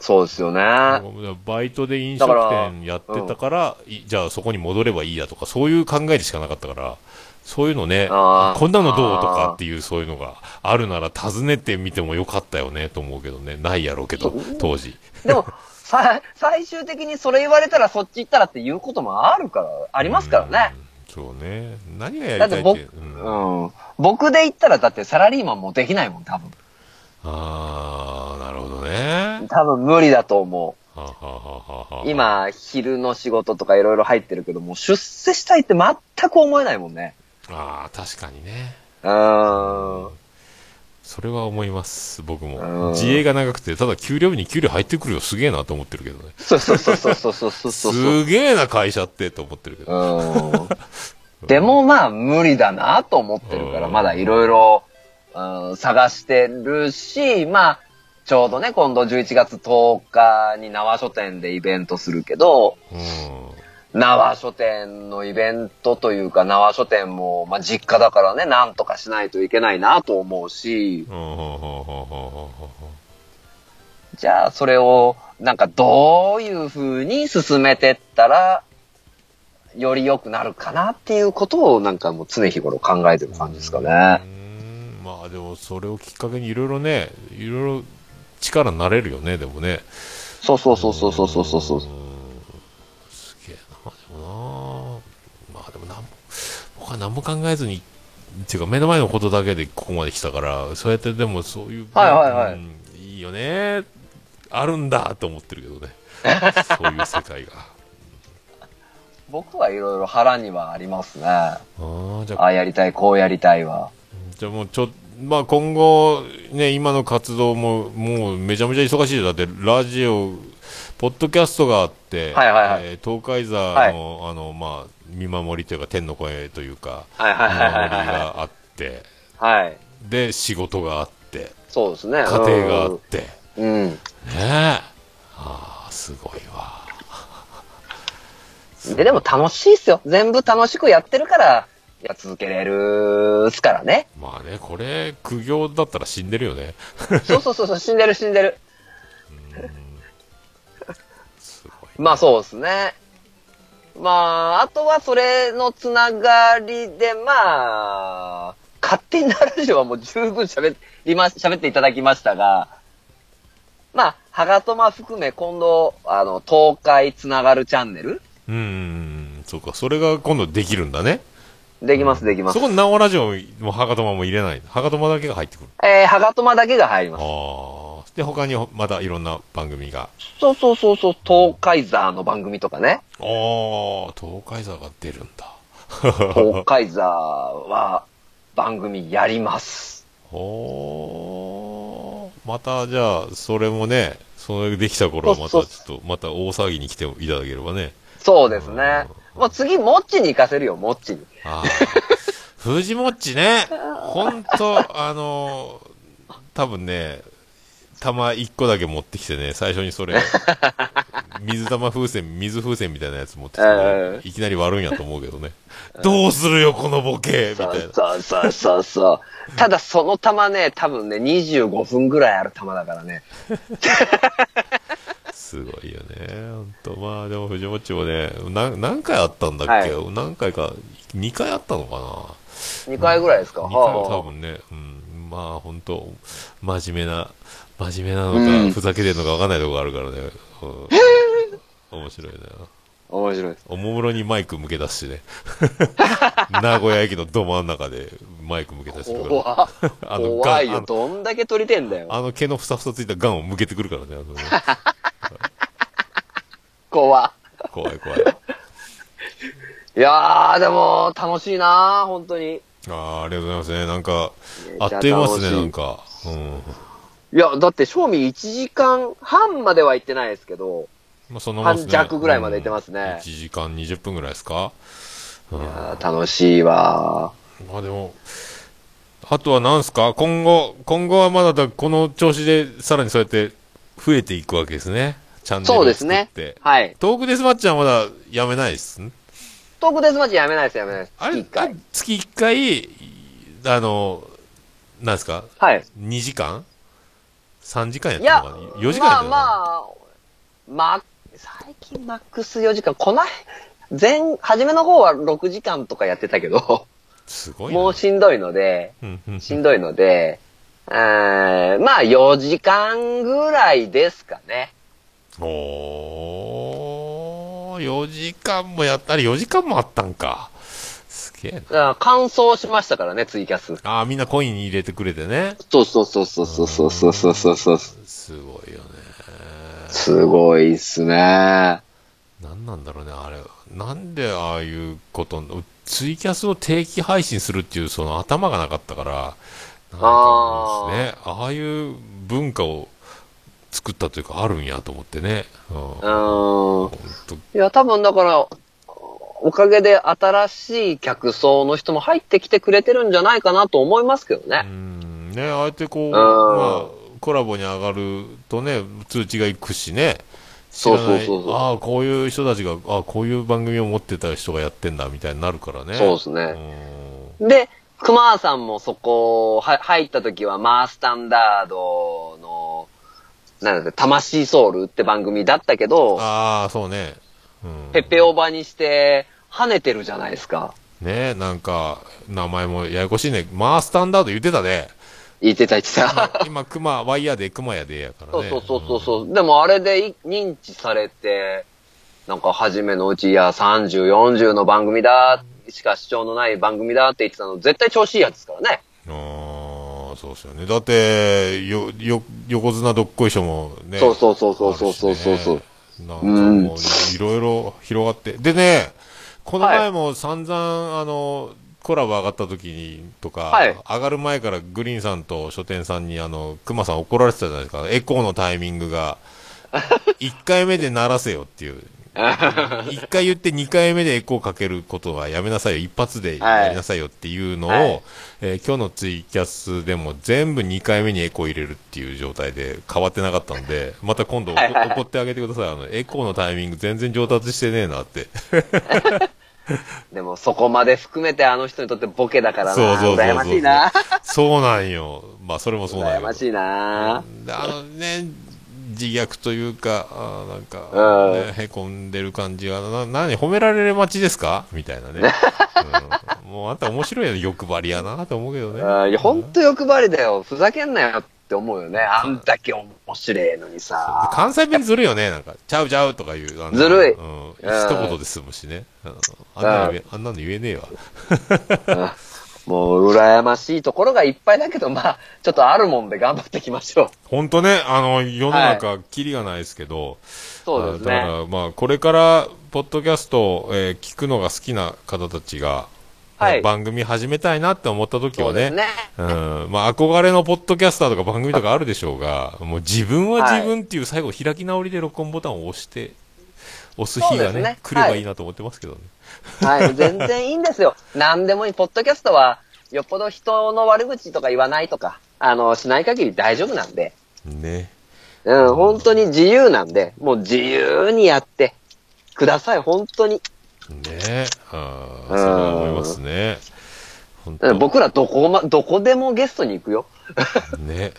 B: そうですよね。
A: バイトで飲食店やってたから、いじゃあそこに戻ればいいやとか、そういう考えでしかなかったから、そういうのね、
B: あー
A: こんなのどうとかっていうそういうのがあるなら訪ねてみてもよかったよねと思うけどね、ないやろうけど、当時。
B: でも、さ最終的にそれ言われたらそっち行ったらっていうこともあるから、ありますからね。
A: うん。そうね。何がやり
B: だ
A: た
B: っ
A: い
B: て
A: って。
B: 僕、
A: う、
B: うん
A: あ
B: ん。僕で言ったらだってサラリーマンもできないもん、多分。
A: あー、なるほどね。
B: 多分無理だと思
A: ははははは
B: う。。今、昼の仕事とかいろいろ入ってるけど、もう出世したいって全く思えないもんね。
A: ああ、確かにね。
B: うーん。
A: それは思います、僕
B: うん
A: も。自営が長くて、ただ給料日に給料入ってくるよ、すげえなと思ってるけどね。
B: そうそうそうそうそうそうそうそう。
A: すげえな会社ってと思ってるけど。
B: うんでもまあ無理だなと思ってるから、
A: うん
B: まだいろいろうん探してるし、まあ、ちょうどね、今度11月10日に縄書店でイベントするけど、
A: うん。
B: 縄書店のイベントというか、縄書店も、まあ実家だからね、なんとかしないといけないなと思うし、
A: うんうんうんうん
B: じゃあそれをなんかどういう風に進めてったら、より良くなるかなっていうことをなんかもう常日頃考えてる感じですかね。
A: うんまあでもそれをきっかけにいろいろね、いろいろ力になれるよね、でもね。
B: そうそうそうそうそうそうそうそう。
A: んすげえな、でもな。まあでもなんも、僕は何も考えずにっていうか目の前のことだけでここまで来たからそうやってでもそういう、
B: はいはいはい
A: うんいいよねあるんだと思ってるけど ねそういう世界が
B: 僕はいろいろ腹にはありますね。あ
A: あーじゃあ
B: あやりたい、こうやりたいは。
A: じゃあもうちょまあ今後ね今の活動ももうめちゃめちゃ忙しいよだってラジオポッドキャストがあって、
B: はいはいはい
A: えー東海座の、あのまあ見守りというか天の声というか
B: はいは
A: 見守
B: い
A: り
B: はいはいはい
A: があって
B: はい。はい。
A: で仕事があって
B: そうですね。
A: 家庭があってね
B: うん。うん。
A: えああすごいわ
B: で、でも楽しいっすよ。全部楽しくやってるから、いや、続けれるっすからね。
A: まあねこれ苦行だったら死んでるよね
B: そうそうそうそう、死んでる死んでる。
A: すごい
B: まあそうですね。まあ、あとはそれのつながりで、まあ、勝手になラジオはもう十分 喋りま、喋っていただきましたが、まあ、はがとま含め今度、あの、東海つながるチャンネル
A: うんうんそうかそれが今度できるんだね
B: できます、できます
A: そ。こにナオラジオもハガトマも入れない。ハガトマだけが入ってくる。
B: えー、はがとまだけが入ります。
A: ああ。で、他にまたいろんな番組が。
B: そうそうそうそう、東海ザーの番組とか ね。
A: ああ、東海座が出るんだ。
B: 東海ザーは番組やります。
A: おーまたじゃあ、それもね、それできた頃はまたち
B: そ
A: ょ
B: うそう
A: っと、また大騒ぎに来ていただければね。
B: そうですね。もう次、もっちに行かせるよ、もっちに。
A: ああ。 藤もっちね、ほんと、あのー多分ね、玉一個だけ持ってきてね、最初にそ れ、水玉風船、水風船みたいなやつ持ってきて
B: う
A: ね
B: ん、
A: いきなり割るんやと思うけどね。どうするよ、このボケみたい
B: そう
A: な。
B: そうそうそうそう。ただその球ね、多分ね、25分ぐらいある球だからね。
A: すごいよね。ほんと、まあでも藤もっちもね、な何回あったんだっけ、何回か、2回あったのか
B: 2回ぐらいですか。
A: な。2回
B: はあ
A: は多分ね、うん、まあ本当真面目な、真面目なのか、
B: うん
A: ふざけてんのか分かんないとこがあるからね。うん、面白いな。
B: 面白いです。
A: おもむろにマイク向け出す しね。名古屋駅のど真ん中でマイク向け出してるから。
B: 怖っ
A: あの
B: 怖い
A: ガンあ
B: よ。
A: の
B: どんだけ撮りてんだよ。
A: あの毛のふさふさついたガンを向けてくるからね。あのね
B: 怖っ
A: 怖い怖い。
B: いやー、でも、楽しいなー、本当に。
A: あーありがとうございますね。なんか、あ
B: め
A: っ
B: っ
A: と
B: ちゃ楽しい
A: いう間ですね、なんか。うん。
B: いや、だって、賞味1時間半までは行ってないですけど、
A: まあ、そんなもんですね。
B: 半弱ぐらいまで行ってますね
A: うん1時間20分ぐらいですか。うん。
B: あー楽しいわ
A: まあでも、あとは何すか今後、今後はまだだ、この調子でさらにそうやって増えていくわけですね。チャン
B: ー。
A: ネル
B: そう
A: を
B: です
A: 作っ
B: ね
A: て。。
B: はい。
A: トークデスマッチはまだやめないですね。
B: トークデスマッチやめないです、やめないです。
A: あ
B: 月
A: れ
B: 1、回。
A: あ月1回、あの、何すか
B: はい。
A: ?2 時間 ?3 時間やっ
B: い
A: た
B: や
A: のかな、?4 時間やったのかな、
B: まあまあ、ま、最近マックス4時間、こない、前、初めの方は6時間とかやってたけど、
A: すごいな。
B: もうしんどいので、
A: うんうんうん
B: しんどいので、えーまあ4時間ぐらいですかね。
A: おー、4時間もやったり、4時間もあったんか。すげえな。
B: あ完走しましたからね、ツイキャス。
A: ああ、みんなコインに入れてくれてね。
B: そうそうそうそうそうそうそうそうそう。
A: すごいよね。
B: すごいっすね。
A: なんなんだろうね、あれ。なんでああいうこと、ツイキャスを定期配信するっていう、その頭がなかったから、なんか思うんですね。ああいう文化を作ったというか、あるんやと思ってね。うん。
B: う
A: ほ
B: ん。
A: んと
B: いや、多分だから、おかげで新しい客層の人も入ってきてくれてるんじゃないかなと思いますけど
A: う
B: ね。
A: んね、ああやってこう、
B: ん
A: まあ、コラボに上がるとね、通知がいくしね、知らない
B: そうそうそうそう
A: ああ、こういう人たちが、ああ、こういう番組を持ってた人がやってんだみたいになるからね。
B: そうです
A: う
B: ね。
A: ん
B: で、熊さんもそこ、は入った時は、マースタンダードの、なんだっけ、魂ソウルって番組だったけど、
A: ああ、そうね。うん、
B: ペッペオバにして、跳ねてるじゃないですか。
A: ね、なんか、名前もややこしいね。マースタンダード言ってたね。
B: 言ってた言ってた。
A: 今、クマ、ワイヤーでクマやでやから
B: そう
A: ね。
B: そうそうそう
A: う
B: そ
A: ん
B: う。でもあれでい認知されて、なんか初めのうち、いや、30、40の番組だっしか視聴のない番組だって言ってたの、絶対調子いいやつですからね。
A: ああ、そうですよね。だって、よ、よ、横綱どっこいしょもね。
B: そうそうそうそうそうそうそうそう
A: なんかもう、いろいろ広がって。でね、この
B: は
A: 前
B: い
A: も散々、あの、コラボ上がった時にとか、
B: はい
A: 上がる前からグリーンさんと書店さんに、あの、熊さん怒られてたじゃないですか。エコーのタイミング が、1回目で鳴らせよっていう。1回言って2回目でエコーかけることはやめなさいよ。一発でやりなさいよっていうのを、
B: はい
A: えー今日のツイキャスでも全部2回目にエコー入れるっていう状態で変わってなかったんで、また今度怒
B: はいはい
A: 怒ってあげてください。あの、エコーのタイミング全然上達してねえなって。
B: でもそこまで含めてあの人にとってボケだからな。
A: そうそうそうそう
B: 羨ましいな。
A: そうなんよ。まあ、それもそうなんよ。
B: 羨ましいな。
A: であのね、自虐というか、あーなんか、
B: うん
A: ね、へこんでる感じが、な、なに、褒められる街ですかみたいなね。うんもうあんた面白いよね、欲張りやなと思うけどね。
B: うんいや、ほんと欲張りだよ。ふざけんなよって思うよね。あんだけ面白いのにさ。
A: 関西弁ずるいよね、なんか、ちゃうちゃうとかいう。あの
B: ずるい
A: うん。一
B: ん
A: 言で済むしね。うんあんなの言えあんなの言えねえわ。
B: もう、羨ましいところがいっぱいだけど、まあ、ちょっとあるもんで頑張っていきましょう。
A: ほんとね、あの、世の中、キリがないですけど、
B: そうです
A: あだか
B: ね。
A: ら、まあ、これから、ポッドキャストを、えー聞くのが好きな方たちが、
B: はい
A: 番組始めたいなって思った時
B: そ
A: は
B: うで
A: ね、
B: すね。
A: うん、まあ、憧れのポッドキャスターとか番組とかあるでしょうが、もう自分は自分っていう最後開き直りで録音ボタンを押して、押す日
B: そ
A: が
B: うで
A: ね、
B: すね
A: 来ればいいなと思ってますけどね。
B: はい、全然いいんですよ。何でもいい。ポッドキャストは、よっぽど人の悪口とか言わないとか、あの、しない限り大丈夫なんで。
A: ね。
B: うん、本当に自由なんで、もう自由にやってください、本当に。
A: ねああ、それは思いますね。本
B: う
A: 当
B: ん僕らどこま、どこでもゲストに行くよ。
A: ね。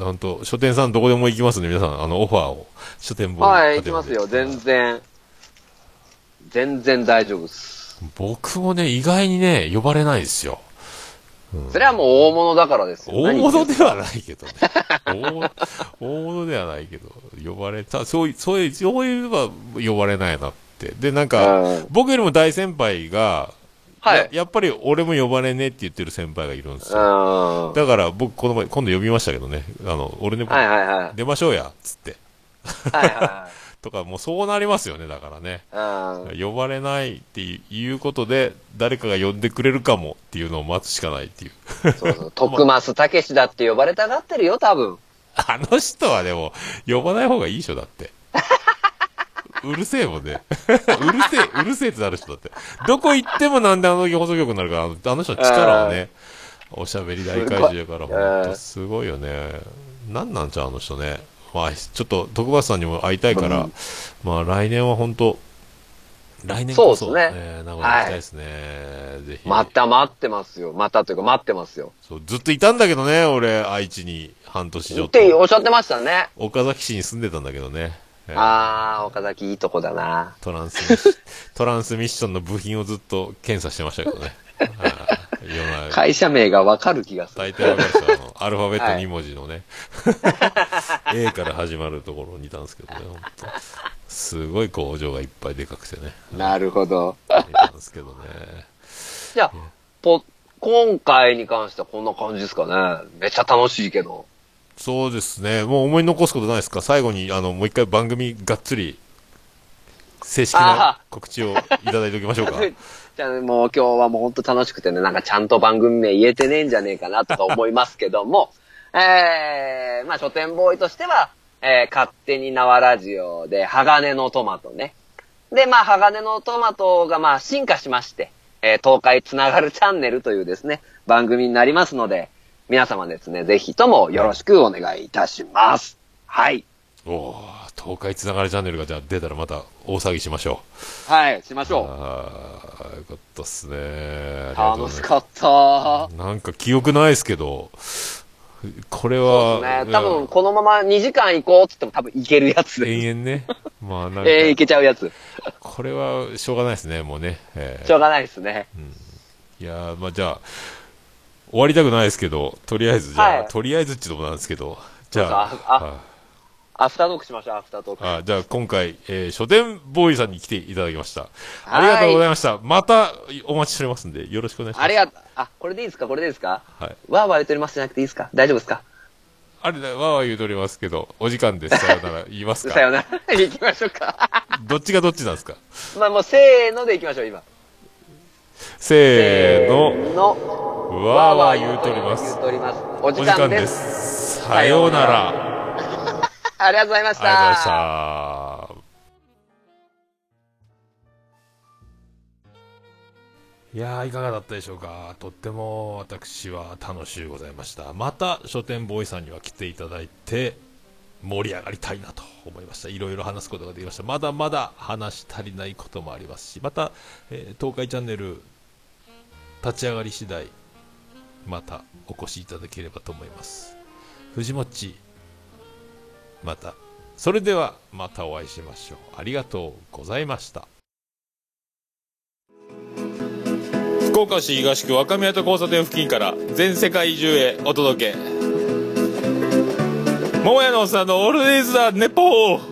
A: なんと、書店さんどこでも行きますね、皆さん。あの、オファーを。書店ボーイ
B: はい、行
A: 立
B: き
A: て
B: ます
A: で
B: よ、全然。全然大丈夫です。
A: 僕もね、意外にね、呼ばれないですよ。
B: それはもう大物だからですよ。
A: 大
B: 何言
A: 物
B: ってる
A: ではないけどね。大大物ではないけど、呼ばれた、そういう、そういう、そういうのは呼ばれないなって。で、なんか、
B: うん
A: 僕よりも大先輩が、
B: はい
A: や。やっぱり俺も呼ばれねえって言ってる先輩がいるんですよ。
B: うん。
A: だから僕、この前、今度呼びましたけどね、あの、俺ね、
B: はいはいはい。
A: 出ましょうや、つって。
B: はいは
A: とか、もうそうなりますよね、だからね。
B: いはい。うん。
A: 呼ばれないっていうことで、誰かが呼んでくれるかもっていうのを待つしかないっていう。
B: そうそう。徳増たけしだって呼ばれたがってるよ、多分。
A: あの人はでも、呼ばない方がいいでしょ、だって。うるせえもんね。うるせえ、うるせえってなる人だって。どこ行ってもなんであの放送局になるから、あのあの人の力をね、おしゃべり大怪獣やから、
B: すごい
A: ほんとすごいよね。なんなんちゃう、あの人ね。まあ、ちょっと、徳橋さんにも会いたいから、
B: うん
A: まあ、来年は本当来年こそ、
B: そうですね
A: えー名古屋行きたいですね。ぜひ。
B: また待ってますよ。またというか待ってますよ。
A: そう、ずっといたんだけどね、俺、愛知に半年ちょ
B: っ
A: っと。
B: ておっしゃってましたね。
A: 岡崎市に住んでたんだけどね。えー
B: あー、岡崎いいとこだな。
A: トランスミッション、 トランスミッションの部品をずっと検査してましたけどね。はい夜な
B: 会社名がわかる気がする。
A: 大体わかるでしょあのアルファベット2文字のね。A から始まるところにいたんですけどね、本当すごい工場がいっぱいでかくてね。
B: なるほど。
A: いたんですけどね。
B: じゃあ、ぽ、今回に関してはこんな感じですかね。めっちゃ楽しいけど。
A: そうですね。もう思い残すことないですか最後に、あの、もう一回番組がっつり、正式な告知をいただいておきまし ょうか。
B: じゃあもう今日はもう本当楽しくてね、なんかちゃんと番組名言えてねえんじゃねえかなとか思いますけども、 えー、まあ書店ボーイとしては、えー、勝手に縄ラジオで、鋼のトマトね。で、まあ、鋼のトマトが、まあ、進化しまして、えー東海つながるチャンネルというですね、番組になりますので、皆様ですね、ぜひともよろしくお願いいたします。はい。
A: おー東海つながりチャンネルがじゃあ出たらまた大騒ぎしましょ
B: はい、しまし
A: う。
B: ょ
A: ああ、よかったっすね。ありがとうご
B: う。楽
A: ざ
B: し
A: いま
B: かった。
A: す。なんか記憶ないですけど、これは、
B: ね、多
A: う
B: 分
A: ん
B: このまま2時間行こうって言っても多分行けるやつ です。
A: 永遠ね。 まあなんか、
B: えー、行けちゃうやつ。
A: これはしょうがないですね、もうね。えー
B: しょうがないですね。
A: いやーまあじゃあ、終わりたくないですけど、とりあえず、じゃあ、
B: はい
A: とりあえずっていうのもなんですけど、じゃあ、
B: そうかあ
A: はい
B: アフタートークしましょう、アフタートーク。
A: あじゃあ今回、えー書店ボーイさんに来ていただきました。ありがとうございました。またお待ちしておりますんで、よろしくお願いします。
B: ありがとう。あ、これでいいですかこれでいいですか
A: はい。
B: わーわー言っておりますじゃなくていいですか大丈夫ですか
A: あれだ、わーわー言うとりますけど、お時間 です。さよなら、言います
B: さよ
A: か。
B: なら。 行きましょ うか。
A: どっちがどっちなんですか
B: まあもうせーので行きましょう、今。
A: せーの、
B: の。
A: わーわー言うとります
B: 言う。とります。お
A: お
B: 時
A: 時
B: 間
A: 間
B: で。
A: ですす。さようなら。
B: ありがとうございまし。
A: ありがとうございましたた。いやーいかがだったでしょうかとっても私は楽しゅうございましたまた書店ボーイさんには来ていただいて盛り上がりたいなと思いましたいろいろ話すことができましたまだまだ話し足りないこともありますしまた、えー東海チャンネル立ち上がり次第またお越しいただければと思います藤もっちまたそれではまたお会いしましょうありがとうございました福岡市東区若宮と交差点付近から全世界中へお届け桃屋のおっさんのオールディーズ・ザ・ネポー